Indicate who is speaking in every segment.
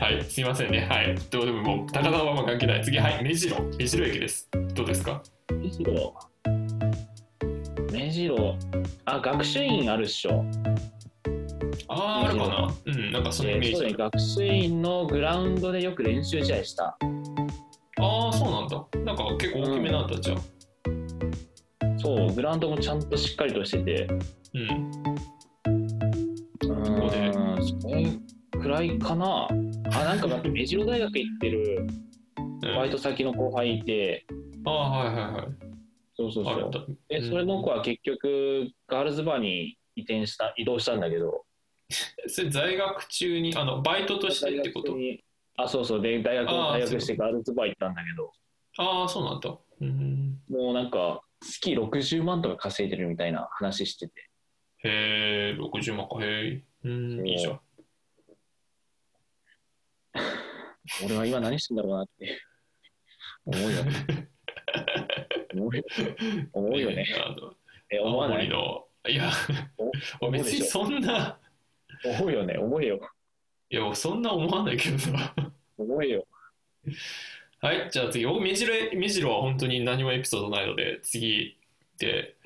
Speaker 1: はい、すいませんね。はい。どうでももう高田はまあ関係ない。次、はい、目白。目白駅です。どうですか
Speaker 2: 目白目白あ学習院あるっしょ
Speaker 1: あー、あるかなうん、なんかそのイメ
Speaker 2: で
Speaker 1: ー
Speaker 2: そう
Speaker 1: ジあ
Speaker 2: だね
Speaker 1: る。
Speaker 2: 学習院のグラウンドでよく練習試合した
Speaker 1: ああ、そうなんだ。なんか結構大きめなんだ、じゃあ。
Speaker 2: そうグラウンドもちゃんとしっかりとしてて
Speaker 1: うん。
Speaker 2: うーんそれくらいかなあなんかだって目白大学行ってる
Speaker 1: うん
Speaker 2: バイト先の後輩いて
Speaker 1: ああ、はいはいはい。
Speaker 2: そうそうそ
Speaker 1: ある
Speaker 2: うん
Speaker 1: だ。
Speaker 2: え
Speaker 1: うん
Speaker 2: それの子は結局ガールズバーに移転した移動したんだけど
Speaker 1: それ在学中に、あの、バイトとしてってこと
Speaker 2: 大学にあそうそうで大学
Speaker 1: あー
Speaker 2: 大学してガールズバー行ったんだけど
Speaker 1: ああ、そうなんだ。うん。
Speaker 2: もうなんか月60万とか稼いでるみたいな話してて
Speaker 1: へえ、60万か。へえ。うん、いいじゃん。
Speaker 2: 俺は今何してんだろうなって思うよね思うよ思うよね。
Speaker 1: あの
Speaker 2: え思わ
Speaker 1: 青
Speaker 2: な
Speaker 1: 森
Speaker 2: い
Speaker 1: の、いや、
Speaker 2: 思うで
Speaker 1: 別
Speaker 2: し
Speaker 1: に
Speaker 2: ょ
Speaker 1: そんな、
Speaker 2: 思うよね思えよ
Speaker 1: いや、そんな思わないけどさ。
Speaker 2: 思えよ
Speaker 1: はい、じゃあ次、お目白へ目白は本当に何もエピソードないので、次で、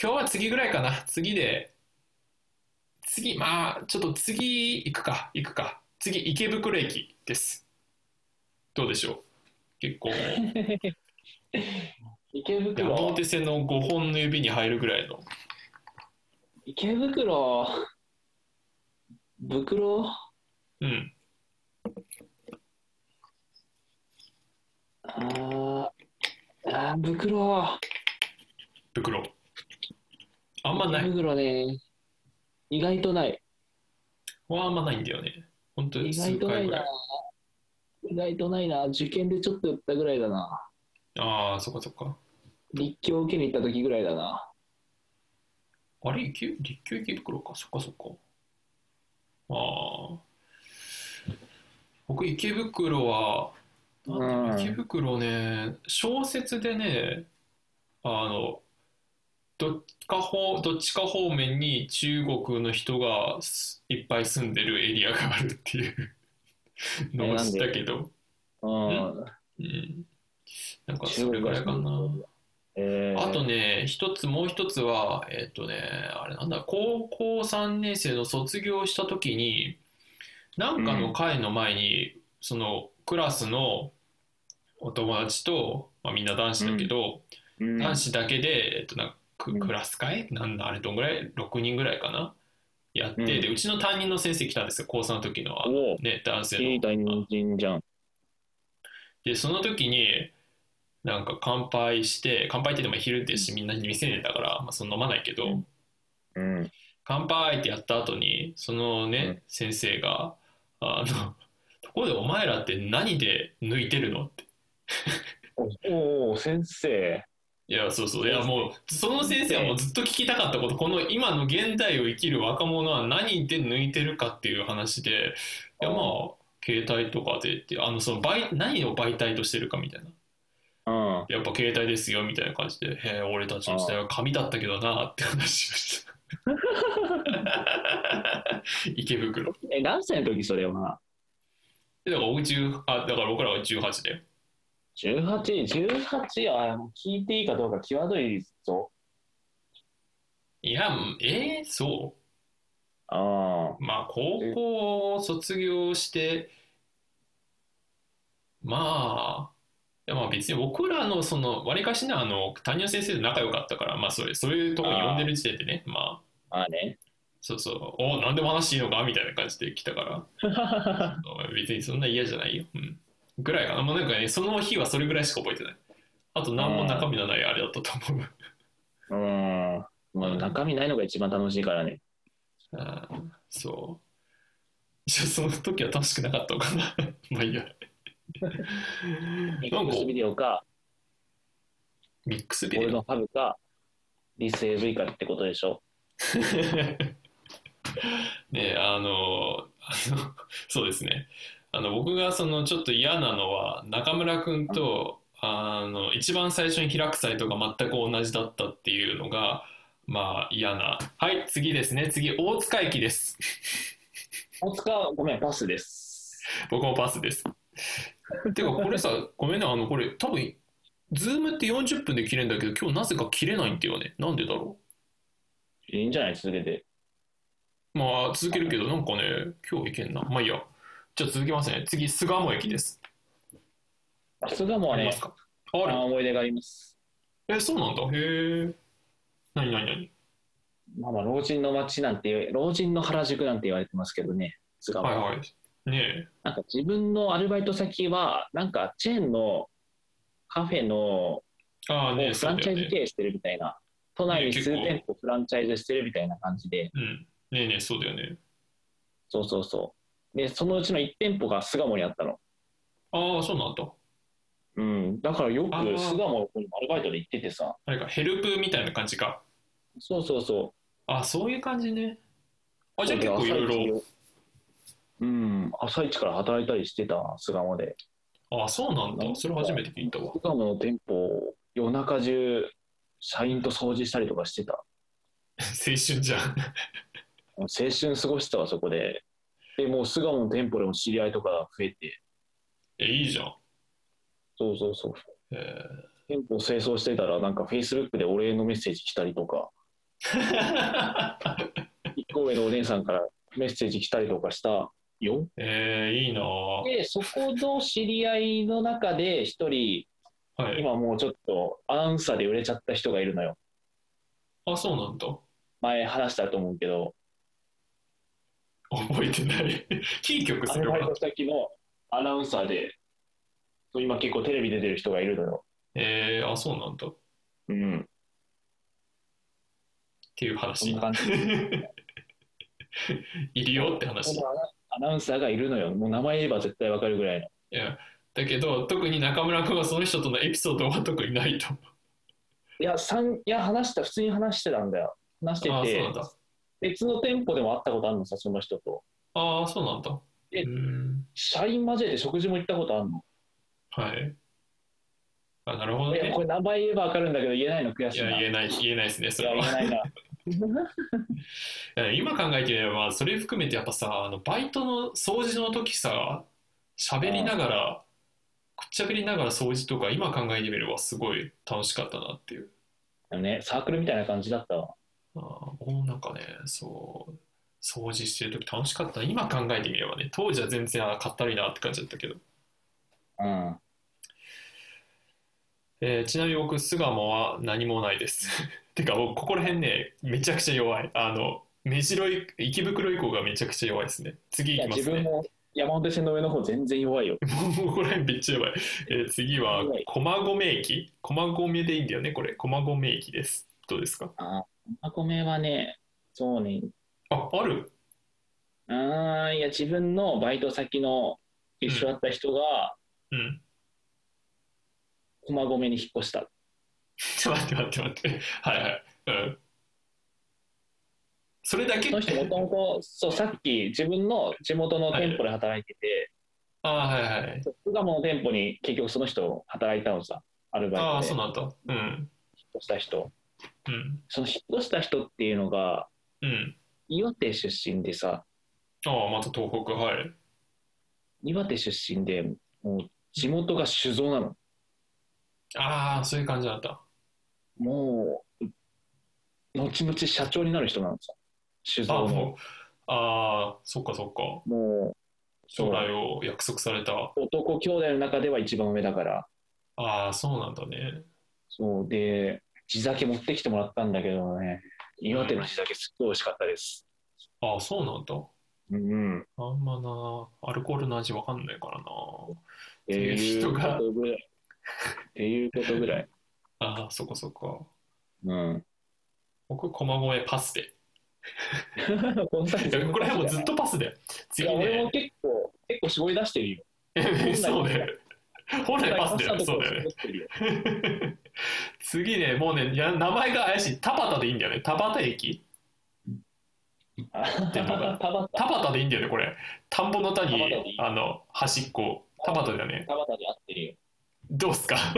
Speaker 1: 今日は次ぐらいかな、次で、次、まあ、ちょっと次行くか、行くか、次、池袋駅です。どうでしょう結構もう、
Speaker 2: 池
Speaker 1: 山
Speaker 2: 袋
Speaker 1: 手線の5本の指に入るぐらいの、
Speaker 2: 池袋袋
Speaker 1: うん、
Speaker 2: あーあー袋
Speaker 1: 袋。あんまない、
Speaker 2: 池袋ね意外とない
Speaker 1: はあんまないんだよね。本当に
Speaker 2: 意
Speaker 1: 数
Speaker 2: 外とな
Speaker 1: 回
Speaker 2: い
Speaker 1: ぐら。
Speaker 2: ない意外とないな受験でちょっとやったぐらいだな
Speaker 1: ああ、そっかそっか。
Speaker 2: 立教を受けに行った時ぐらいだな
Speaker 1: あれ、立教立教池袋か、そっかそっか。ああ。僕、池袋は、
Speaker 2: うん
Speaker 1: 池袋ね、小説でね、あの、どっか方、どっちか方面に中国の人がすいっぱい住んでるエリアがあるっていう のを知ったけど、
Speaker 2: うん
Speaker 1: うん。なんか
Speaker 2: 中
Speaker 1: それ
Speaker 2: 国
Speaker 1: ぐ
Speaker 2: から
Speaker 1: いかな。
Speaker 2: えー、
Speaker 1: あとね、一つ、もう一つは、えっとね、あれなんだ、高校3年生の卒業した時に、なんかの会の前に、そのクラスのお友達と、まあ、みんな男子だけど、
Speaker 2: うん、
Speaker 1: 男子だけで、えっと、なんかク
Speaker 2: うん
Speaker 1: クラス会なんだ、あれどんぐらい ?6 人ぐらいかなやって、
Speaker 2: うん
Speaker 1: で、うちの担任の先生来たんですよ、高3の時のは、
Speaker 2: おお
Speaker 1: ね、男性の。
Speaker 2: いい大人じゃん
Speaker 1: でその時になんか乾杯して乾杯って言っても昼ですしみんな未成年だから、まあ、その飲まないけど、
Speaker 2: うんうん
Speaker 1: 乾杯ってやった後にそのね、
Speaker 2: うん
Speaker 1: 先生が「あの ところでお前らって何で抜いてるの?」って。
Speaker 2: おお先生
Speaker 1: いやそうそういやもうその先生はもうずっと聞きたかったことこの今の現代を生きる若者は何で抜いてるかっていう話でいやまあ携帯とかでってあのその媒何を媒体としてるかみたいな
Speaker 2: うん
Speaker 1: やっぱ携帯ですよみたいな感じで、へえ、俺たちの時代は紙だったけどなって話を した。池袋。
Speaker 2: え何歳の時それは
Speaker 1: だから僕10あ、だから僕らは18で。
Speaker 2: 1818あもう聞いていいかどうか際どいぞ
Speaker 1: いや、えーそ
Speaker 2: あ
Speaker 1: う。まあ、高校を卒業して、まあ、いやまあ別に僕らのその、わりかしね、あの、担任の先生と仲良かったから、まあそれ、そういうとこに呼んでる時点でね、まあ、
Speaker 2: あまあね
Speaker 1: そうそう、おなんでも話していいのかみたいな感じで来たから。 別にそんな嫌じゃないよ。うん。ぐらいかな。もうなんかね、その日はそれぐらいしか覚えてない。あと何も中身のないあれだったと思う。
Speaker 2: うんまあ中身ないのが一番楽しいからね
Speaker 1: あーそう。じゃあその時は楽しくなかったのかな。 まあいいや。
Speaker 2: ミ
Speaker 1: な
Speaker 2: ッ
Speaker 1: ん
Speaker 2: ク
Speaker 1: か
Speaker 2: スビデオか
Speaker 1: ミックスビ
Speaker 2: 俺
Speaker 1: デオ。
Speaker 2: のハブかリス AV かってことでしょ
Speaker 1: ねあのあのそうですねあの僕がそのちょっと嫌なのは中村君とあの一番最初に開くサイトが全く同じだったっていうのがまあ嫌なはい次ですね次大塚駅です
Speaker 2: 大塚ごめんパスです
Speaker 1: 僕もパスです。 てか、これさ、ごめんね、あの、これ、多分、ズームって40分で切れるんだけど、今日なぜか切れないんだよね。なんでだろ
Speaker 2: いいんじゃない続けて。
Speaker 1: う。まあ、続けるけど、なんかね、今日いけんな。まあいいや。じゃあ続きますね。次、巣鴨駅です。
Speaker 2: 巣鴨
Speaker 1: あ
Speaker 2: は
Speaker 1: りま
Speaker 2: ね
Speaker 1: す、か
Speaker 2: あ
Speaker 1: ある
Speaker 2: の思い出があります。
Speaker 1: え、そうなんだ。へえ。なになになに
Speaker 2: まあまあ、老人の街なんて、老人の原宿なんて言われてますけどね、巣鴨
Speaker 1: はいはい。ね
Speaker 2: なんか自分のアルバイト先は、なんかチェーンのカフェの
Speaker 1: え。ああ、ねえ、
Speaker 2: フ
Speaker 1: そ
Speaker 2: ラ
Speaker 1: う
Speaker 2: ン
Speaker 1: だ
Speaker 2: チャ
Speaker 1: よ
Speaker 2: イズ
Speaker 1: ね。
Speaker 2: 経営してるみたいな、都内に数
Speaker 1: ね結
Speaker 2: 店舗フランチャイズしてるみたいな感じで、
Speaker 1: うん。ねえねえ、そうだよね。
Speaker 2: そうそうそう。で、そのうちの1店舗が巣鴨にあったの。
Speaker 1: ああ、そうなんだ。
Speaker 2: うん、だからよく
Speaker 1: あー
Speaker 2: 巣鴨の子にもアルバイトで行っててさ、
Speaker 1: あれか、ヘルプみたいな感じか。
Speaker 2: そうそうそう。
Speaker 1: あ、そういう感じね。あ、じゃあ結構いろいろ。
Speaker 2: うん、朝一から働いたりしてた、巣鴨で。
Speaker 1: あ、そうなんだ。それ初めて聞いたわ。
Speaker 2: 巣鴨の店舗を夜中中、社員と掃除したりとかしてた。
Speaker 1: 青春じゃん。
Speaker 2: 青春過ごしてたわ、そこで。で、もう巣鴨の店舗でも知り合いとか増えて、
Speaker 1: え、いいじゃん。
Speaker 2: そうそうそう。
Speaker 1: え
Speaker 2: 店舗を清掃してたら、なんか Facebook でお礼のメッセージ来たりとか、
Speaker 1: ー
Speaker 2: 一個上のお姉さんからメッセージ来たりとかしたよ。
Speaker 1: えー、いいなぁ。は
Speaker 2: で、そこの知り合いの中で一人、
Speaker 1: い。
Speaker 2: 今もうちょっとアナウンサーで売れちゃった人がいるのよ。
Speaker 1: あ、そうなんだ。
Speaker 2: 前話したと思うけど、
Speaker 1: 覚えてない。 キー曲
Speaker 2: ア
Speaker 1: す
Speaker 2: ル
Speaker 1: る
Speaker 2: バイ
Speaker 1: わ
Speaker 2: ト。先のアナウンサーで、そう今結構テレビ出てる人がいるのよ。
Speaker 1: えー、あ、そうなんだ。っ
Speaker 2: うん。
Speaker 1: ていう
Speaker 2: そ
Speaker 1: 話
Speaker 2: んな。感じ。
Speaker 1: いるよって話。
Speaker 2: そ
Speaker 1: い
Speaker 2: のアナアナウンサーがいるのよ。もう名前言えば絶対わかるぐらいの。
Speaker 1: や、だけど、特に中村君はその人とのエピソードは特にないと。
Speaker 2: いや、三いや話した、普通に話してたんだよ。話して
Speaker 1: ああ、そうな
Speaker 2: て
Speaker 1: ん、だ。
Speaker 2: 別の店舗でも会ったことあるのさ、その人と。
Speaker 1: ああ、そうなんだ。
Speaker 2: え
Speaker 1: うん。
Speaker 2: 社員交えて食事も行ったことあるの。
Speaker 1: はい。あ、なるほど
Speaker 2: いや
Speaker 1: ね
Speaker 2: こ。れ名前言えばわかるんだけど、言えないの悔
Speaker 1: い
Speaker 2: しい
Speaker 1: や、
Speaker 2: な。
Speaker 1: 言えない、言えないですね、それ
Speaker 2: い
Speaker 1: は。
Speaker 2: や言えない な。
Speaker 1: 今考えてみればそれ含めてやっぱさあのバイトの掃除の時さ喋りながらくっちゃべりながら掃除とか今考えてみればすごい楽しかったなっていう
Speaker 2: でもね、サークルみたいな感じだったわ。
Speaker 1: あー僕もなんかねそう掃除してる時楽しかったな今考えてみればね当時は全然あーかったるいなって感じだったけど、
Speaker 2: うん。
Speaker 1: えーちなみに僕巣鴨は何もないです てか僕ここら辺ねめちゃくちゃ弱いあの目白い池袋以降がめちゃくちゃ弱いですね次
Speaker 2: い
Speaker 1: 行
Speaker 2: や
Speaker 1: きます
Speaker 2: 自
Speaker 1: ね
Speaker 2: 分も山手線の上の方全然弱いよ。
Speaker 1: もうここら辺めっちゃやばい。えー次は
Speaker 2: はい、
Speaker 1: 駒込駅。駒込でいいんだよね、これ。駒込駅です。どうですか
Speaker 2: ああ、ごめはね、そうね。
Speaker 1: あ、ある
Speaker 2: ああ、いや、自分のバイト先の一緒だった人が、
Speaker 1: うん。
Speaker 2: 駒込に引っ越した。
Speaker 1: ちょっと待って待って待って。はいはい。うん。それだけ
Speaker 2: その人もともと、そう、さっき自分の地元の店舗で働いてて、
Speaker 1: あはいはい。
Speaker 2: 巣鴨の店舗に結局その人働いたのさ、アル
Speaker 1: あ
Speaker 2: バ
Speaker 1: あ、
Speaker 2: イ
Speaker 1: そう
Speaker 2: トで
Speaker 1: なんだ。うん。
Speaker 2: 引っ越した人。
Speaker 1: うん。
Speaker 2: その引っ越した人っていうのが、
Speaker 1: うん。
Speaker 2: 岩手出身でさ、
Speaker 1: ああ、また東北、はい。
Speaker 2: 岩手出身で、もう地元が酒造なの。
Speaker 1: ああ、そういう感じだった。
Speaker 2: もう、後々社長になる人なんですよ。酒
Speaker 1: あ
Speaker 2: 造の。
Speaker 1: もう、ああ、そっかそっか。
Speaker 2: も
Speaker 1: 将来を約束された。
Speaker 2: う、男兄弟の中では一番上だから。
Speaker 1: ああ、そうなんだね。
Speaker 2: そう、で、地酒持ってきてもらったんだけどね、岩手の地酒すっごい美味しかったです。
Speaker 1: ああ、そうなんだ。
Speaker 2: うんうん。
Speaker 1: あんまな、アルコールの味わかんないからな。
Speaker 2: っていう
Speaker 1: 人
Speaker 2: こ
Speaker 1: が
Speaker 2: とぐらい。っていうことぐらい。
Speaker 1: ああ、そこそこ。
Speaker 2: うん。
Speaker 1: 僕、駒込パスで。
Speaker 2: こ
Speaker 1: いやここら辺もずっとパスで。
Speaker 2: い
Speaker 1: 次
Speaker 2: や、俺も
Speaker 1: ね。
Speaker 2: 結構、結構絞り出してるよ。
Speaker 1: そうね。本来パスだよね。そうだよね。
Speaker 2: 絞ってるよ
Speaker 1: 次ね、もうね、いや名前が怪しい。田端でいいんだよね。田端駅
Speaker 2: あ
Speaker 1: ていうのが
Speaker 2: 田端
Speaker 1: 田端でいいんだよね、これ。田んぼの田に
Speaker 2: 田端でいい、
Speaker 1: あの、端っこ。田端だよね。
Speaker 2: 田端で合ってるよ。
Speaker 1: どうっすか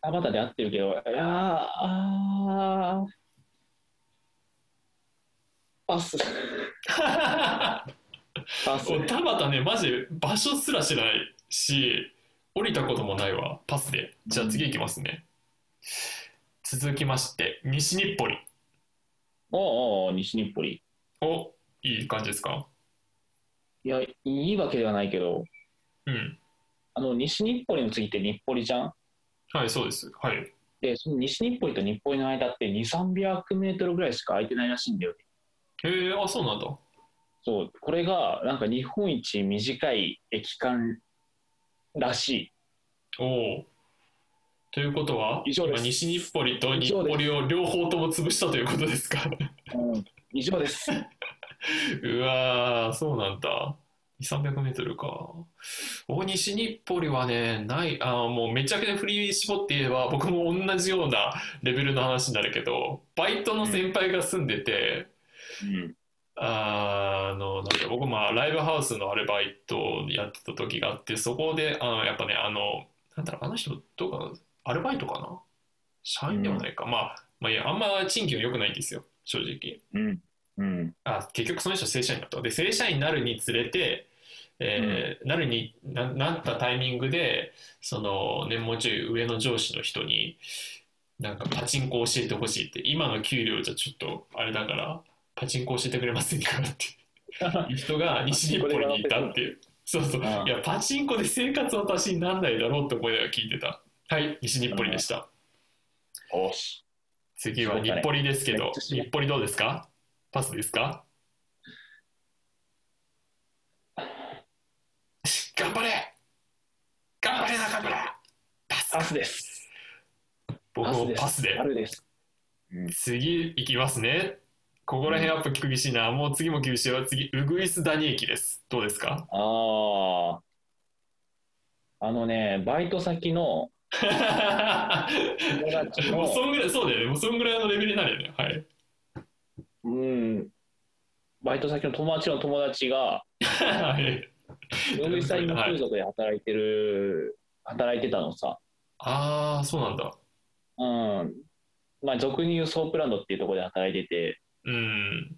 Speaker 2: 田端で合ってるけど、あーあー、パス。パス。
Speaker 1: 田畑ねマジ場所すら知らないし降りたこともないわパスでじゃあ次行きますね、続きまして西日暮里
Speaker 2: おうおう西日暮里。
Speaker 1: おいい感じですか
Speaker 2: いや、いいわけではないけど、
Speaker 1: うん
Speaker 2: あの、西日暮里の次って日暮里じゃん
Speaker 1: はいそうですはい
Speaker 2: で、その西日暮里と日暮里の間って2、300メートルぐらいしか空いてないらしいんだよね。
Speaker 1: へえあそうなんだ
Speaker 2: そう、これがなんか日本一短い駅間らしい。
Speaker 1: おおということは
Speaker 2: 以上です
Speaker 1: 今西日暮里と日暮
Speaker 2: 以
Speaker 1: 里を両方とも潰したということですか
Speaker 2: うん、以上です。
Speaker 1: うわーそうなんだ2 3 0 0ルか大西日暮里はねないあーもうめちゃくちゃ振り絞って言えば僕も同じようなレベルの話になるけどバイトの先輩が住んでて、
Speaker 2: うん。
Speaker 1: あーあのなんか僕まあライブハウスのアルバイトをやってた時があってそこであのやっぱねあのなんだろうあの人どうかなアルバイトかな社員でもないか、まあまあいやあんま賃金は良くないんですよ正直
Speaker 2: うん。うん。
Speaker 1: あ結局その人正社員だったで正社員になるにつれて、えーなるにななったタイミングでその年もうちょい上の上司の人になんかパチンコ教えてほしいって今の給料じゃちょっとあれだからパチンコ教えてくれませんか っていう人が西日暮里にいたっていうそうそうい
Speaker 2: ああ
Speaker 1: やパチンコで生活は足しになんないだろうって思いながら聞いてたはい西日暮里でした
Speaker 2: おし。
Speaker 1: 次は日暮里ですけ
Speaker 2: め
Speaker 1: ど
Speaker 2: っちゃ知
Speaker 1: 日
Speaker 2: らん
Speaker 1: 暮里どうですかパスですか頑張れ頑張れな頑張れパス
Speaker 2: パスです。
Speaker 1: 僕もパスで
Speaker 2: あるです。
Speaker 1: 次いきますねここら辺アップ厳しいなもう次も厳しいよ次ウグイス谷駅ですどうですか
Speaker 2: ああ。あのね、バイト先の友達
Speaker 1: もう
Speaker 2: の、
Speaker 1: そんぐらいそうだよねもうそんぐらいのレベルになるよねはい
Speaker 2: うん、バイト先の友達の友達が、
Speaker 1: はい
Speaker 2: ヨグイサイの風俗で働いてる、働いてたのさ。
Speaker 1: ああそうなんだ
Speaker 2: うん。まあ、俗に言うソープランドっていうところで働いてて、
Speaker 1: うん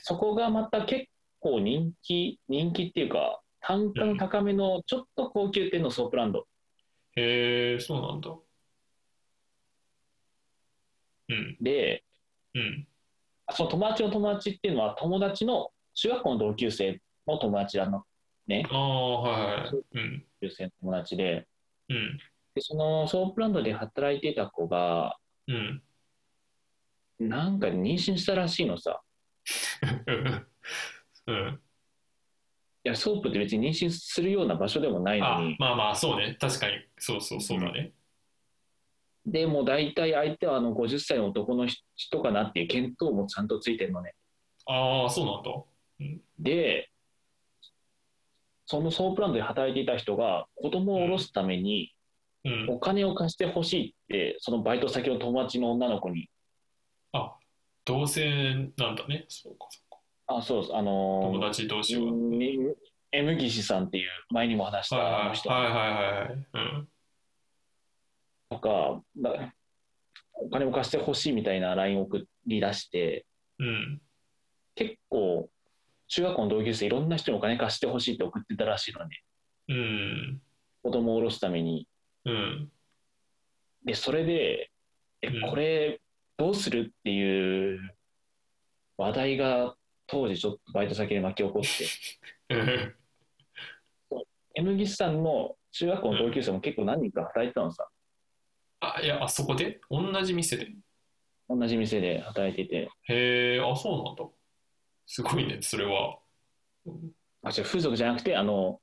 Speaker 2: そこがまた結構人気、人気っていうか、単価の高めの、ちょっと高級店のソープランド。
Speaker 1: へえそうなんだうん
Speaker 2: で、
Speaker 1: うん
Speaker 2: その友達の友達っていうのは、友達の中学校の同級生の友達だの、
Speaker 1: ああはいはいうん
Speaker 2: 同級生の友達で、
Speaker 1: うん
Speaker 2: でそのソープランドで働いてた子が、
Speaker 1: うん
Speaker 2: なんか妊娠したらしいのさ。
Speaker 1: うん
Speaker 2: いや、ソープって別に妊娠するような場所でもないの
Speaker 1: あ
Speaker 2: に。
Speaker 1: まあまあそうね確かにそうそうそうだね
Speaker 2: でもう大体相手はあの50歳の男の人かなっていう見当もちゃんとついてるのね。
Speaker 1: ああそうなんだ
Speaker 2: で、そのソープランドで働いていた人が子供を下ろすために
Speaker 1: うん
Speaker 2: お金を貸してほしいって、そのバイト先の友達の女の子に、
Speaker 1: あ同性なんだねそうかそうか
Speaker 2: あ、そうです、あの
Speaker 1: 友
Speaker 2: ー
Speaker 1: 達同士は
Speaker 2: に M 岸さんっていう前にも話したあの
Speaker 1: はい
Speaker 2: 人
Speaker 1: はいはいはいはいうん
Speaker 2: とか、だお金を貸してほしいみたいな LINE を送り出して、
Speaker 1: うん
Speaker 2: 結構、中学校の同級生、いろんな人にお金貸してほしいって送ってたらしいのね、
Speaker 1: うん
Speaker 2: 子供を下ろすために。
Speaker 1: うん
Speaker 2: で、それで、え
Speaker 1: うん
Speaker 2: これ、どうするっていう話題が当時、ちょっとバイト先で巻き起こ って、
Speaker 1: うん
Speaker 2: M 岸さんの中学校の同級生も結構何人か働いてたのさ、
Speaker 1: あいやあそこで同じ店で
Speaker 2: 同じ店で働いてて、
Speaker 1: へえ、あ、そうなんだ。すごいね、それは。うん
Speaker 2: あ、違う、風俗じゃなくて、あの、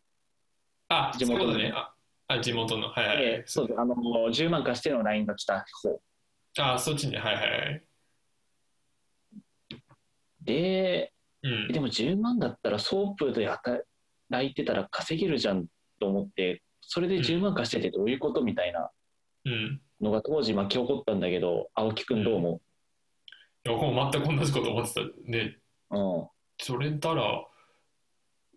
Speaker 1: あ、
Speaker 2: 地元の
Speaker 1: そうだね。あ、あ地元の。はいはいはい
Speaker 2: えーそうですあの10万貸しての LINE が来た方
Speaker 1: あ、そっちね。はいはいはい。
Speaker 2: で、
Speaker 1: うん。
Speaker 2: でも10万だったらソープで働いてたら稼げるじゃんと思って、それで10万貸しててどういうことみたいな
Speaker 1: うん。
Speaker 2: のが当時巻き起こったんだけど、青木くんどう思
Speaker 1: いや僕も全く同じこと思ってた。ね、
Speaker 2: う、うん、
Speaker 1: それたら、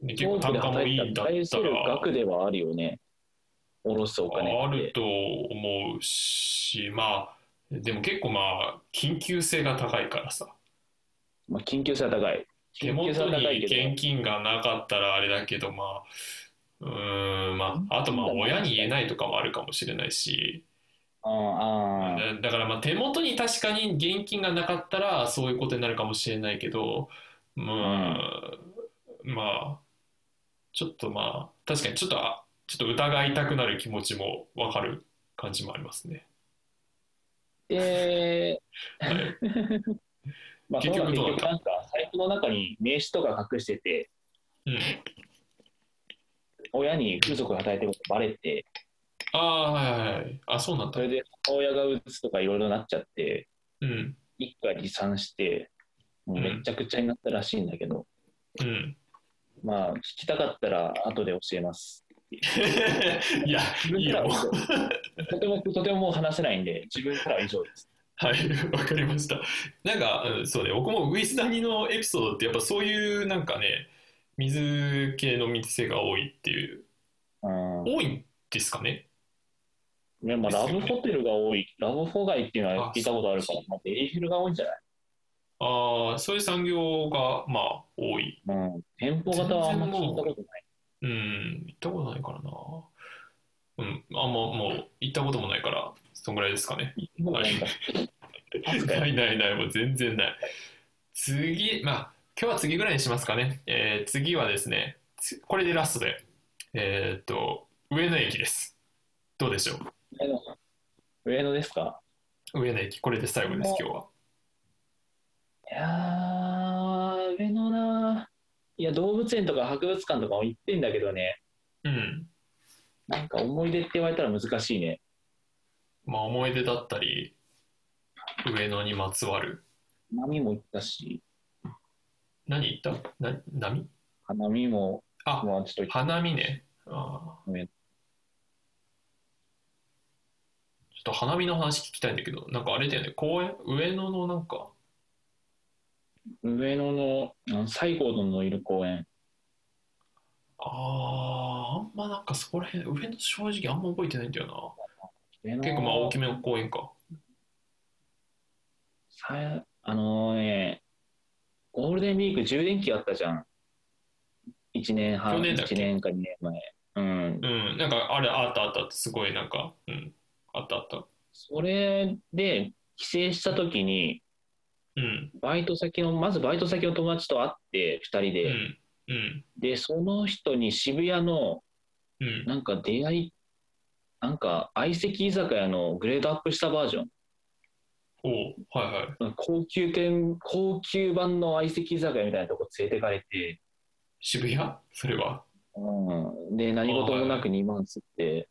Speaker 1: ね、結
Speaker 2: ソ
Speaker 1: 構
Speaker 2: ープ
Speaker 1: 単
Speaker 2: で
Speaker 1: 価も
Speaker 2: 働
Speaker 1: い
Speaker 2: い
Speaker 1: いん
Speaker 2: た
Speaker 1: だっ
Speaker 2: ら返せ
Speaker 1: た
Speaker 2: る
Speaker 1: ら、
Speaker 2: 額ではあるよね。おろすお金
Speaker 1: あ
Speaker 2: っ
Speaker 1: る
Speaker 2: て。
Speaker 1: と思うし、まあ、でも結構まあ、緊急性が高いからさ。
Speaker 2: まあ、緊急性は高い。
Speaker 1: 手元に現金がなかったらあれだけどまあうーんまああとまあ親に言えないとかもあるかもしれないし
Speaker 2: ああ、ああ、
Speaker 1: だだからまあ手元に確かに現金がなかったらそういうことになるかもしれないけどまあまあちょっとまあ確かにちょっとあちょっと疑いたくなる気持ちもわかる感じもありますね。
Speaker 2: え
Speaker 1: はい
Speaker 2: ー、まあ、
Speaker 1: 結
Speaker 2: 結
Speaker 1: 局
Speaker 2: 局
Speaker 1: どうな
Speaker 2: 結
Speaker 1: った
Speaker 2: 局なんか、財布の中に名刺とか隠してて、
Speaker 1: うん、
Speaker 2: 親に風俗が与えてることバレて、
Speaker 1: ああはいはいはいあそうなん
Speaker 2: そ
Speaker 1: だ。
Speaker 2: れで母親が打つとかいろいろなっちゃって、
Speaker 1: うん
Speaker 2: 一家離散して、もうめっちゃくちゃになったらしいんだけど、
Speaker 1: うん
Speaker 2: まあ、聞きたかったら後で教えます。
Speaker 1: いや、いいよ。
Speaker 2: とても、とてももう話せないんで、自分からは以上です。
Speaker 1: はい、わかりました。なんか、うんそうね、僕もウィスダニのエピソードって、やっぱそういうなんかね、水系の店が多いっていう、
Speaker 2: うん
Speaker 1: 多いんですかね。
Speaker 2: ねまあ、ラブホテルが多い、ラブホ街っていうのは聞いたことあるから
Speaker 1: あ、
Speaker 2: まあ、デリヘルが多いんじゃない、
Speaker 1: ああ、そういう産業が、まあ、多い。
Speaker 2: うん、店舗型はあんま聞いたことない。
Speaker 1: うん、行ったことないからな。うん、あんまもう、行ったこともないから、そんぐらいですかね。
Speaker 2: もうなんか、確かに
Speaker 1: ないないない、もう全然ない。次、まあ、今日は次ぐらいにしますかね。えー次はですね、つこれでラストで、えーっと、上野駅です。どうでしょ
Speaker 2: 上野上野ですか
Speaker 1: う上野駅、これで最後です、今日は。
Speaker 2: いやー、上野なーいや、動物園とか博物館とかも行ってんだけどね、
Speaker 1: うん。
Speaker 2: なんか思い出って言われたら難しいね。
Speaker 1: まあ、思い出だったり、上野にまつわる。
Speaker 2: 波も行ったし、
Speaker 1: 何言ったな波
Speaker 2: 花見も、
Speaker 1: あ、
Speaker 2: まあ、ちょっと
Speaker 1: 花見ね。あー
Speaker 2: ごめん
Speaker 1: ちょっと花見の話聞きたいんだけど、なんかあれだよね、公園、上野のなんか、
Speaker 2: 上野のうん西郷殿のいる公園、
Speaker 1: ああ、あんまなんかそこら辺、上の正直あんま覚えてないんだよ
Speaker 2: 上
Speaker 1: な。
Speaker 2: 野
Speaker 1: 結構まあ大きめの公園か。
Speaker 2: さあのね、ゴールデンウィーク充電期あったじゃん。1年半、
Speaker 1: 去年だっけ
Speaker 2: 1年か2年前。うん。
Speaker 1: うん、なんかあれあったあったあった、すごいなんか、うん、あったあった。
Speaker 2: それで、帰省した時に、
Speaker 1: うん、
Speaker 2: バイト先の、まずバイト先の友達と会って、2人
Speaker 1: う
Speaker 2: で、
Speaker 1: ん、うん、
Speaker 2: で、その人に渋谷の、
Speaker 1: うん。
Speaker 2: なんか出会い、なんか相席居酒屋のグレードアップしたバージョン、
Speaker 1: おう、はいはい。
Speaker 2: 高級店、高級版の相席居酒屋みたいなとこ連れてかれて、
Speaker 1: 渋谷それは。
Speaker 2: うん、で何事もなく2万吸って、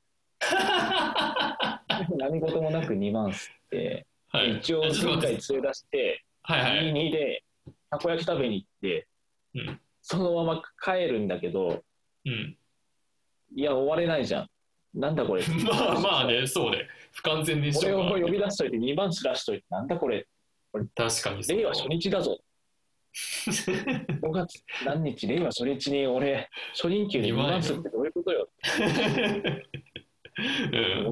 Speaker 2: 何事もなく2万吸って、
Speaker 1: はい。
Speaker 2: 一応
Speaker 1: あちょっと待
Speaker 2: 前
Speaker 1: っ
Speaker 2: 回
Speaker 1: て。
Speaker 2: 連れ出して
Speaker 1: はいはい。
Speaker 2: 22でたこ焼き食べに行って、
Speaker 1: うん
Speaker 2: そのまま帰るんだけど
Speaker 1: うん。
Speaker 2: いや終われないじゃんなんだこれ
Speaker 1: まあまあね、そうね。不完全でし
Speaker 2: 俺
Speaker 1: ょ
Speaker 2: を
Speaker 1: うが
Speaker 2: 呼び出しといて2万すらしといてなんだこれ
Speaker 1: 確かにそう
Speaker 2: 令和初日だぞ5月何日令和初日に俺初任給で2万すってどういうことよって 思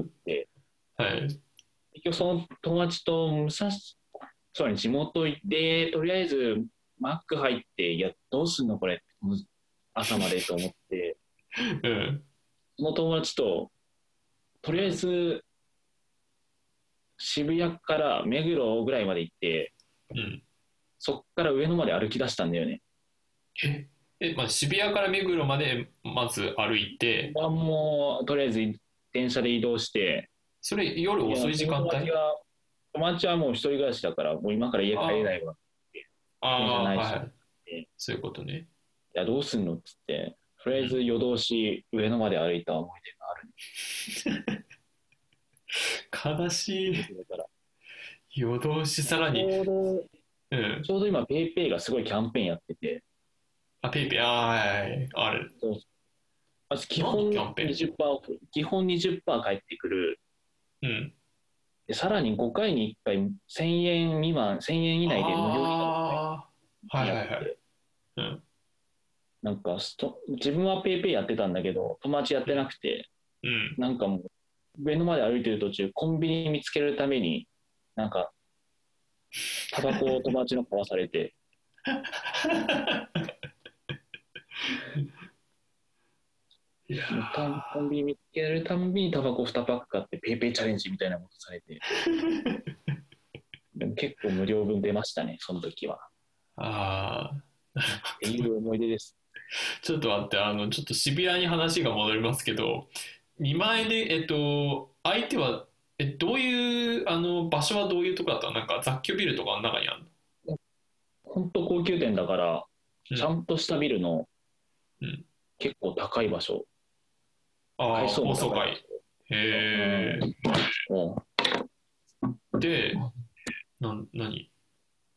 Speaker 1: う
Speaker 2: っ
Speaker 1: ん。
Speaker 2: て。
Speaker 1: はい。
Speaker 2: 結局その友達と武蔵そうね地元行ってとりあえずマック入っていやどうすんのこれむ朝までと思って
Speaker 1: うん。
Speaker 2: その友達ととりあえず渋谷から目黒ぐらいまで行って
Speaker 1: うん。
Speaker 2: そっから上野まで歩き出したんだよね
Speaker 1: え、え、まあ渋谷から目黒までまず歩いて、
Speaker 2: 僕はもうとりあえず電車で移動して
Speaker 1: それ夜遅い時間
Speaker 2: 友
Speaker 1: 帯
Speaker 2: 達が友達はもう一人暮らしだからもう今から家帰れないわ
Speaker 1: ああ、
Speaker 2: じゃない
Speaker 1: はい
Speaker 2: し
Speaker 1: はい。そういうことね。
Speaker 2: いや、どうすんのっつって、とりあえず夜通し上野まで歩いた思い
Speaker 1: 悲しい。
Speaker 2: 出だから、
Speaker 1: 夜通しさら
Speaker 2: ち
Speaker 1: に。
Speaker 2: ょうど、
Speaker 1: うん。
Speaker 2: ちょうど今、ペイペイがすごいキャンペーンやってて、
Speaker 1: あ、ペイペイ、ああ、はいはい。ある。
Speaker 2: まず基本
Speaker 1: キャンペーン
Speaker 2: 20%オフ、基本20%返ってくる、
Speaker 1: うん。
Speaker 2: でさらに5回に1回1000円未満、1000円以内で無料にな
Speaker 1: ああ、はい
Speaker 2: る
Speaker 1: は
Speaker 2: や
Speaker 1: い
Speaker 2: っ
Speaker 1: は
Speaker 2: て
Speaker 1: い。
Speaker 2: て
Speaker 1: うん。
Speaker 2: なんかスト、自分はペイペイやってたんだけど、友達やってなくて、
Speaker 1: うん。
Speaker 2: なんかもう、上野まで歩いてる途中、コンビニ見つけるために、なんか、タバコを友達の買わされて、
Speaker 1: いや
Speaker 2: コンコンビニ見つけるたんびにタバコ2パック買ってペイペイチャレンジみたいなことさ れてでも結構無料分出ましたねその時は
Speaker 1: あー
Speaker 2: っていう思い出です
Speaker 1: ちょっと待って、あの、ちょっとシビアに話が戻りますけど、2万円で、えっと、相手は、え、どういう、あの、場所はどういうとこだったのなんか雑居ビルとかの中にあるの
Speaker 2: 本当高級店だから
Speaker 1: うん
Speaker 2: ちゃんとしたビルの
Speaker 1: うん
Speaker 2: 結構高い場所
Speaker 1: ああ、
Speaker 2: 改装
Speaker 1: 高
Speaker 2: も
Speaker 1: 層
Speaker 2: 高い
Speaker 1: 階。へ
Speaker 2: うん
Speaker 1: え。で、な、何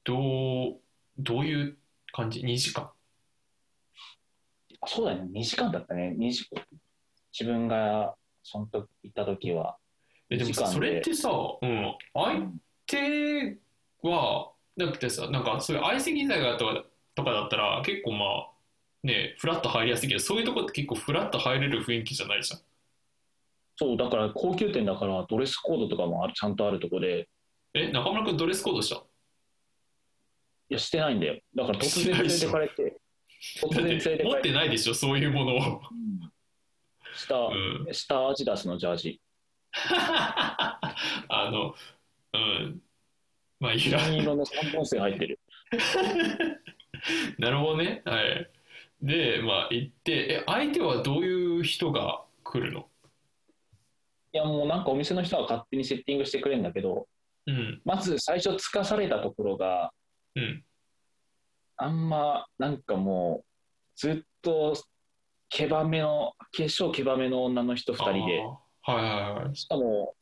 Speaker 1: どう、どういう感じ ?2 時間。
Speaker 2: あそうだね2時間だったね2時間自分がその時行った時は
Speaker 1: え、でもさ
Speaker 2: 時間で
Speaker 1: それってさ、うん、相手は、だってさ、なんかそういう相席居酒屋とかとかだったら、結構まあ、ね、フラッと入りやすいけど、そういうとこって結構フラッと入れる雰囲気じゃないじゃん。
Speaker 2: そうだから高級店だからドレスコードとかもあちゃんとあるとこで
Speaker 1: え、中村君ドレスコードした
Speaker 2: いやしてないんだよだから突然連れてかれて突
Speaker 1: だ
Speaker 2: 然
Speaker 1: っ
Speaker 2: 連れて
Speaker 1: て持っ
Speaker 2: かれて
Speaker 1: てないでしょ、そういうものを。
Speaker 2: 下
Speaker 1: うん。
Speaker 2: 下アジダスのジャージ
Speaker 1: あの、うん。まあいいや。
Speaker 2: 金色の三本線入ってる
Speaker 1: なるほどね。はい。で、まあ行って、え、相手はどういう人が来るの
Speaker 2: いやもうなんかお店の人が勝手にセッティングしてくれるんだけど
Speaker 1: うん、
Speaker 2: まず最初つかされたところが
Speaker 1: うん。
Speaker 2: あんまなんかもうずっと毛羽目の化粧毛羽目の女の人2人で
Speaker 1: あー。はいはいはい。
Speaker 2: しかも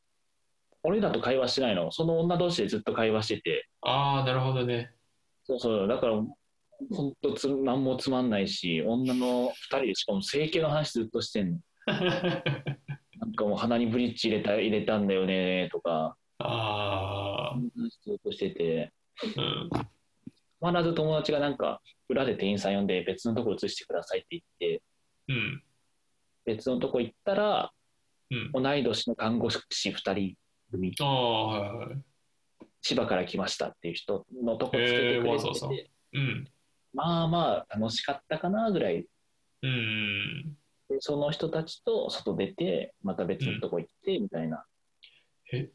Speaker 2: 俺らと会話してないのその女同士でずっと会話してて
Speaker 1: ああ、なるほどね。
Speaker 2: そうそうだから本当つ何もつまんないし女の2人でしかも整形の話ずっとしてんのなんかもう鼻にブリッジ入れた入れたんだよねとか
Speaker 1: ああ、
Speaker 2: そんな話ずっとしてて
Speaker 1: うん。
Speaker 2: 必ず友達がなんか裏で店員さん呼んで別のとこ移してくださいって言って
Speaker 1: うん。
Speaker 2: 別のとこ行ったら
Speaker 1: うん。
Speaker 2: 同い年の看護師2人組
Speaker 1: ああ、はいはい。
Speaker 2: 千葉から来ましたっていう人のとこつけてく
Speaker 1: えーわ
Speaker 2: れ
Speaker 1: ざ
Speaker 2: て
Speaker 1: わざ
Speaker 2: て
Speaker 1: うん。
Speaker 2: まあまあ楽しかったかなぐらい
Speaker 1: うん。
Speaker 2: でその人たちと外出てまた別のとこ行ってみたいな、
Speaker 1: え、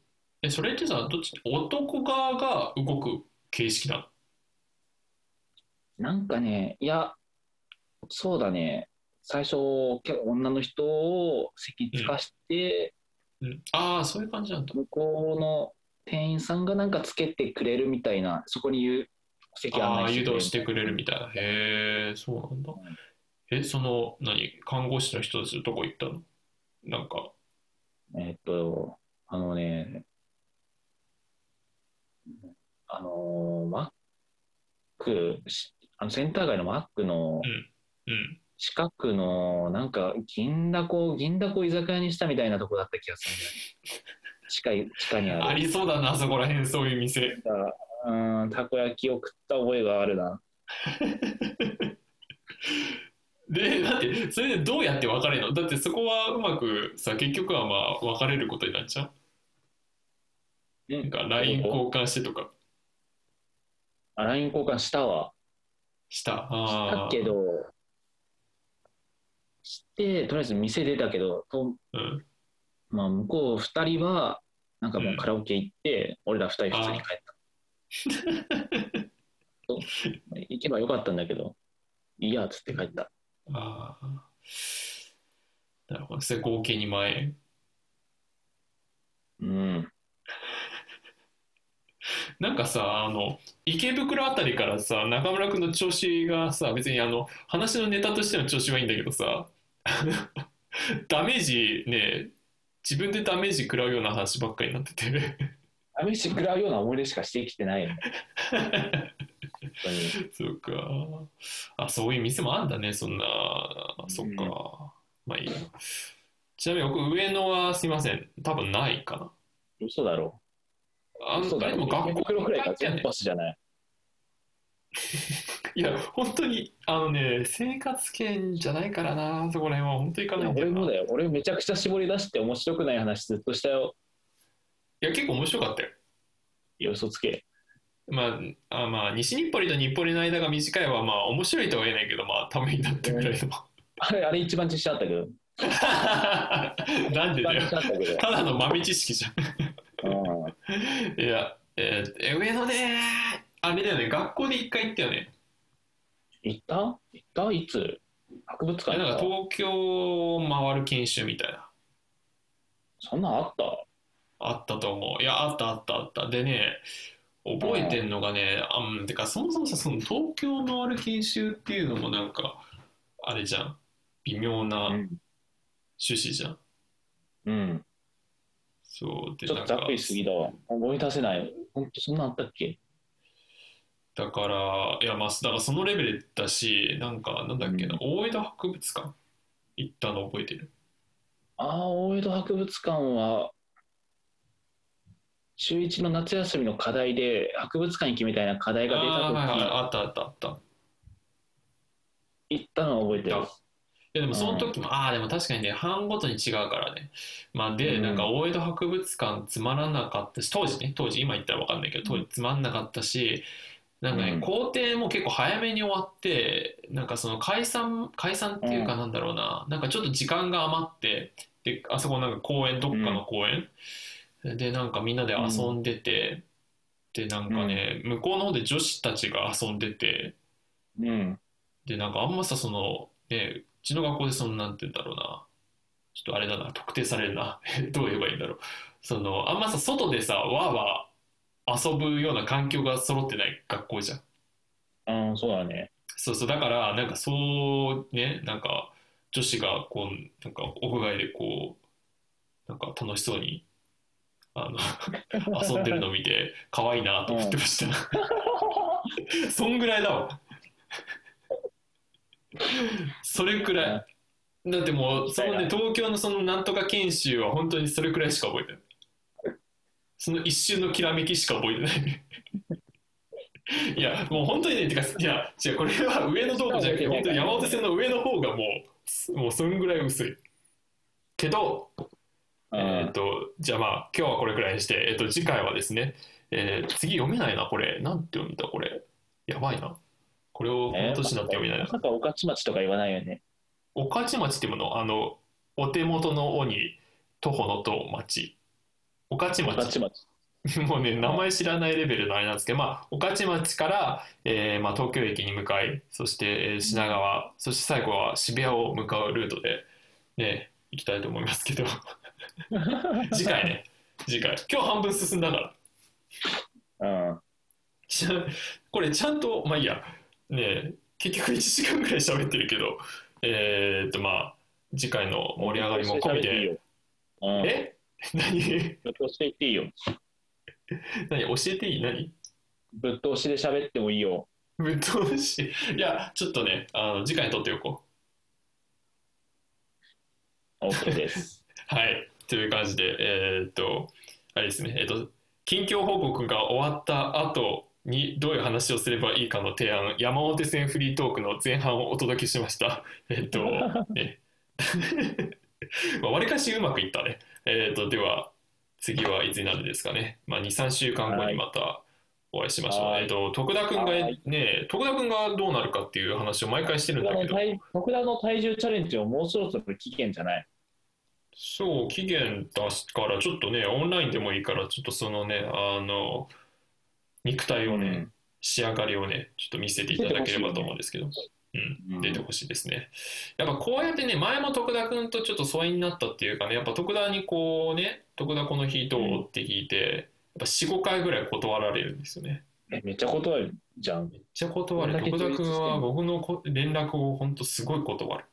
Speaker 1: それってさ、どっち、男側が動く形式な
Speaker 2: なんかねいやそうだね最初結構女の人を席つかして、
Speaker 1: のうん。ああ、そういう感じなんだ。
Speaker 2: 向こうの店員さんがなんかつけてくれるみたいなそこに言う席案
Speaker 1: ああ、
Speaker 2: 内
Speaker 1: 誘導し
Speaker 2: して
Speaker 1: てく
Speaker 2: く
Speaker 1: れ
Speaker 2: れ
Speaker 1: る
Speaker 2: る
Speaker 1: みたいな。へえ、そうなんだ。え、その、何、看護師の人たちどこ行ったのなんか、
Speaker 2: えーっとあのねあのーマックしあのセンター街のマックの
Speaker 1: うん。
Speaker 2: 近くのなんか銀だこ銀だこ居酒屋にしたみたいなとこだった気がするんだよね地下い地下にあ
Speaker 1: あ
Speaker 2: る
Speaker 1: りそうだな、そこら辺、そういう店。
Speaker 2: うんたこ焼きを食った覚えがあるな
Speaker 1: で、だって、それでどうやって別れるのだってそこはうまくさ、結局はまあ、別れることになっちゃう
Speaker 2: う
Speaker 1: なん
Speaker 2: ん
Speaker 1: か LINE 交換してとか
Speaker 2: あ LINE 交換したわ
Speaker 1: した。
Speaker 2: した
Speaker 1: あー
Speaker 2: けどしてとりあえず店出たけどと、
Speaker 1: うん。
Speaker 2: まあ、向こう2人はなんかもうカラオケ行って、俺ら2人普通に帰った そう行けばよかったんだけどいいやっつって帰った
Speaker 1: あーなるほど。それ合計2万円。
Speaker 2: うん
Speaker 1: なんかさ、あの、池袋あたりからさ、中村君の調子がさ、別にあの、話のネタとしての調子はいいんだけどさ、 あのダメージね、自分でダメージ食らうような話ばっかりになってて。
Speaker 2: ダメージ食らうような思い出しかしてきてないよね。本当に
Speaker 1: そうか。あ、そういう店もあんだね、そんな。そっか
Speaker 2: うん。
Speaker 1: まあいいや。ちなみに僕、上野はすいません。多分ないかな。
Speaker 2: 嘘だろ。
Speaker 1: あの
Speaker 2: 嘘だ
Speaker 1: で
Speaker 2: ろ。
Speaker 1: も学校
Speaker 2: くら
Speaker 1: に
Speaker 2: い
Speaker 1: 帰
Speaker 2: が
Speaker 1: って
Speaker 2: 全
Speaker 1: ね
Speaker 2: パスじゃない。
Speaker 1: いや、本当に、あのね、生活圏じゃないからな、そこら辺は本当に行かないんだ
Speaker 2: 俺
Speaker 1: よな。
Speaker 2: も
Speaker 1: い
Speaker 2: だよ。俺めちゃくちゃ絞り出して面白くない話ずっとしたよ。
Speaker 1: や、結構面白かったよ。
Speaker 2: いや、嘘つけ。
Speaker 1: まあ、あまあ、西日暮里と日暮里の間が短いは、まあ、面白いとは言えないけど、まあ、ためになったぐらいの。
Speaker 2: あれ、あれ一番自信あったけど。
Speaker 1: なんで
Speaker 2: 一
Speaker 1: だ
Speaker 2: 番
Speaker 1: よ。
Speaker 2: 自信あったけ
Speaker 1: ただの豆知識じゃん。
Speaker 2: ど。 うん
Speaker 1: いや、えーえ上野ね、あれだよね、学校で一回行ったよね。
Speaker 2: 行った行ったいつ博物
Speaker 1: あれ
Speaker 2: 館
Speaker 1: なん
Speaker 2: か
Speaker 1: か東京を回る研修みたいな。
Speaker 2: そんなんあった
Speaker 1: あったと思う。いや、あったあったあった。でね、覚えてんのがね、あんてか、そもそもさ、その東京を回る研修っていうのもなんか、あれじゃん。微妙な
Speaker 2: う
Speaker 1: 趣
Speaker 2: ん
Speaker 1: 旨じゃん。
Speaker 2: うん。
Speaker 1: そう。で、
Speaker 2: ちょっ
Speaker 1: な
Speaker 2: と
Speaker 1: ん
Speaker 2: ざ
Speaker 1: か
Speaker 2: っくりしすぎだわ。思い出せない。ほんと、そんなんあったっけ
Speaker 1: だから、いや、まあ、だからそのレベルだし、なんか、なんだっけな、大江戸博物館行ったの覚えてる。
Speaker 2: ああ、大江戸博物館は、週一の夏休みの課題で、博物館行きみたいな課題
Speaker 1: あ
Speaker 2: が
Speaker 1: あ
Speaker 2: 出
Speaker 1: ー、はいはい、
Speaker 2: た
Speaker 1: あったあったあった。
Speaker 2: 時行ったのは覚えてる。
Speaker 1: 行っいやでもその時も、ああ、でも確かにね、班ごとに違うからね。まあ、で、
Speaker 2: うん
Speaker 1: なんか大江戸博物館つまらなかったし、当時ね、当時、今言ったら分かんないけど、当時つまんなかったし、なんか
Speaker 2: う
Speaker 1: ね
Speaker 2: ん、
Speaker 1: 校庭も結構早めに終わって、なんかその解散、解散っていうかなんだろうな、なんかちょっと時間が余って、で、あそこなんか公園、どっかの公園、で、なんかみんなで遊んでて、で、なんかね、向こうの方で女子たちが遊んでて、
Speaker 2: うん。
Speaker 1: で、なんかあんまさ、その、ね、うちの学校でその、なんて言うんだろうな、ちょっとあれだな、特定されるな、 どう言えばいいんだろう。その、あんまさ、外でさ、わーわー遊ぶような環境が揃ってない学校じゃん。
Speaker 2: ああ、そうだね。
Speaker 1: そうそう、だから、なんかそう、ね、なんか、女子が、こう、なんか、屋外でこう、なんか楽しそうに、あの、遊んでるの見て、可愛いなと思ってました。そんぐらいだわ。それくらい。だってもう、そのね、東京のそのなんとか研修は本当にそれくらいしか覚えてない。その一瞬のきらめきしか覚えてない。いや、もう本当にね、てか、いや、違う、これは上のどうこうじゃなくて、本当に山手線の上の方がもう、もうそんぐらい薄い。けど、
Speaker 2: う ん
Speaker 1: えー、とじゃあまあ今日はこれくらいにして、えー、と次回はですね、えー次読めないなこれなんて読んだこれやばいなこれをこの年になって読めないな
Speaker 2: まさか御徒町とか言わないよね。
Speaker 1: 御徒町っていうものあのお手元の「お」に徒歩の「と」町御徒
Speaker 2: 御
Speaker 1: 町
Speaker 2: 徒町。
Speaker 1: もうね名前知らないレベルのあれなんですけど、まあ、御徒町から、えーまあ、東京駅に向かいそして、えー品川、そして最後は渋谷を向かうルートでね行きたいと思いますけ ど次回ね次回今日半分進んだから。
Speaker 2: うん。
Speaker 1: ちゃこれちゃんとまあいいやねえ結局1時間ぐらい喋ってるけどえー、っとまあ次回の盛り上がりも込み
Speaker 2: いい
Speaker 1: で
Speaker 2: よ。うん。
Speaker 1: え何
Speaker 2: ぶっ通しで言っていいよ。
Speaker 1: 何教えていい何
Speaker 2: ぶっ通しで喋ってもいいよ。
Speaker 1: ぶっ通しいやちょっとねあの次回撮っておこ
Speaker 2: OK です。
Speaker 1: うはいという感じでえー、っとあれですねえーっと近況報告が終わった後にどういう話をすればいいかの提案山手線フリートークの前半をお届けしましたえーっと ねまあ、割かしうまくいったね。えー、とでは次はいつになるんですかね。まあ、2、3週間後にまたお会いしましょう。
Speaker 2: はい
Speaker 1: えー、と徳田君が
Speaker 2: は
Speaker 1: ね、徳田君がどうなるかっていう話を毎回してるん
Speaker 2: 僕ら
Speaker 1: だけ
Speaker 2: の
Speaker 1: ど、
Speaker 2: 体僕らの体重チャレンジをもうそろそろ期限じゃない
Speaker 1: そう、期限出すから、ちょっとね、オンラインでもいいから、ちょっとそのね、あの、肉体をね、
Speaker 2: うん
Speaker 1: 仕上がりをね、ちょっと見せていただければと思うんですけど、う、
Speaker 2: うんん
Speaker 1: 出てほしいですね。やっぱこうやってね、前も徳田君とちょっと疎遠になったっていうかね、やっぱ徳田にこうね、徳田この日どうって聞いて、やっぱ4、5回ぐらい断られるんですよね。
Speaker 2: えめっちゃ断るじゃん
Speaker 1: めっちゃ断る。
Speaker 2: こんだけ
Speaker 1: 徳田君は
Speaker 2: 統一してんの
Speaker 1: 僕のこ連絡を本当すごい断る。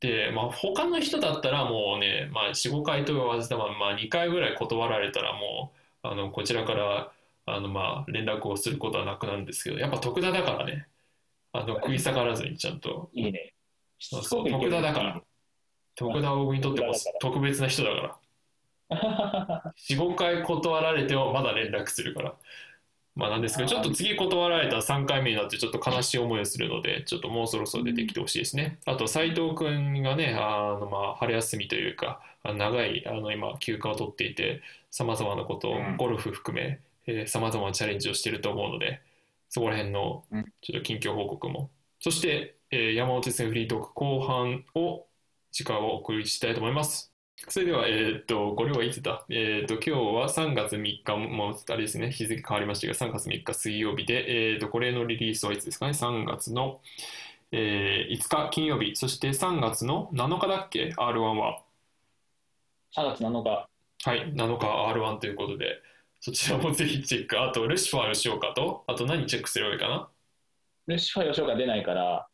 Speaker 1: で、まあ他の人だったらもうね、まあ4、5回と言わずだまあまあ2回ぐらい断られたらもう、あの、こちらから、あの、まあ連絡をすることはなくなるんですけど、やっぱ徳田だからね、あの、食い下がらずにちゃんと。
Speaker 2: いいねし
Speaker 1: そう
Speaker 2: つ
Speaker 1: そ
Speaker 2: こ
Speaker 1: う
Speaker 2: くいけ
Speaker 1: 徳
Speaker 2: る
Speaker 1: 田だ から。徳田は僕にとっても特別な人だから。45回断られてもまだ連絡するからまあなんですけどちょっと次断られたら3回目になってちょっと悲しい思いをするのでちょっともうそろそろ出てきてほしいですねあと斉藤君がねあのまあ春休みというかあの長いあの今休暇を取っていてさまざまなことを
Speaker 2: うん
Speaker 1: ゴルフ含め、えー、様々なチャレンジをしていると思うので、そこら辺の
Speaker 2: うん
Speaker 1: ちょっと近況報告も、そして、えー山手線フリートーク後半を、時間をお送りしたいと思います。それでは、えーっと、これはいつだえーっと、今日は3月3日、もう、あれですね、日付変わりましたが、3月3日水曜日で、えーっと、これのリリースはいつですかね、3月の、えー5日金曜日、そして3月の7日だっけ、R1 は。
Speaker 2: 3月7日、
Speaker 1: はい、7日 R1 ということで、そちらもぜひチェック。あと、ルシファー吉岡と、あと何チェックすればいいかな
Speaker 2: ルシファー吉岡出ないから、あ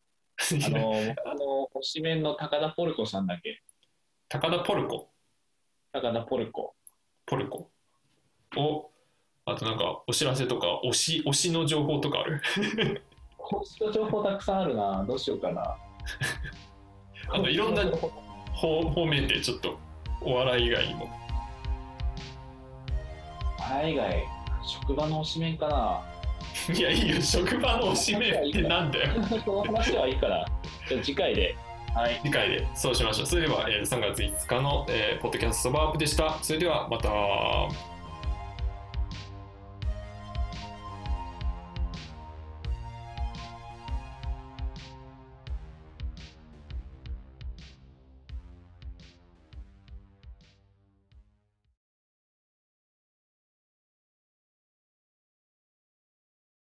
Speaker 2: の、僕
Speaker 1: あ
Speaker 2: の推しメンの高田ポルコさんだけ、
Speaker 1: 高田ポルコ、
Speaker 2: 高田ポルコ、
Speaker 1: ポルコを、あとなんかお知らせとか、推し、推しの情報とかある
Speaker 2: 公式の情報たくさんあるな、どうしようかな。
Speaker 1: あのいろんな
Speaker 2: 公式の情報
Speaker 1: 方方面でちょっとお笑い以外にも。
Speaker 2: あれ以外、職場の推しメンかな。
Speaker 1: いや、いいよ、職場の推しメンってなんだよ。
Speaker 2: その話はいいから、じゃあ次回で。はい。
Speaker 1: 次回でそうしましょう。それでは、えー3月5日の、えーポッドキャストバーアップでした。それではまた。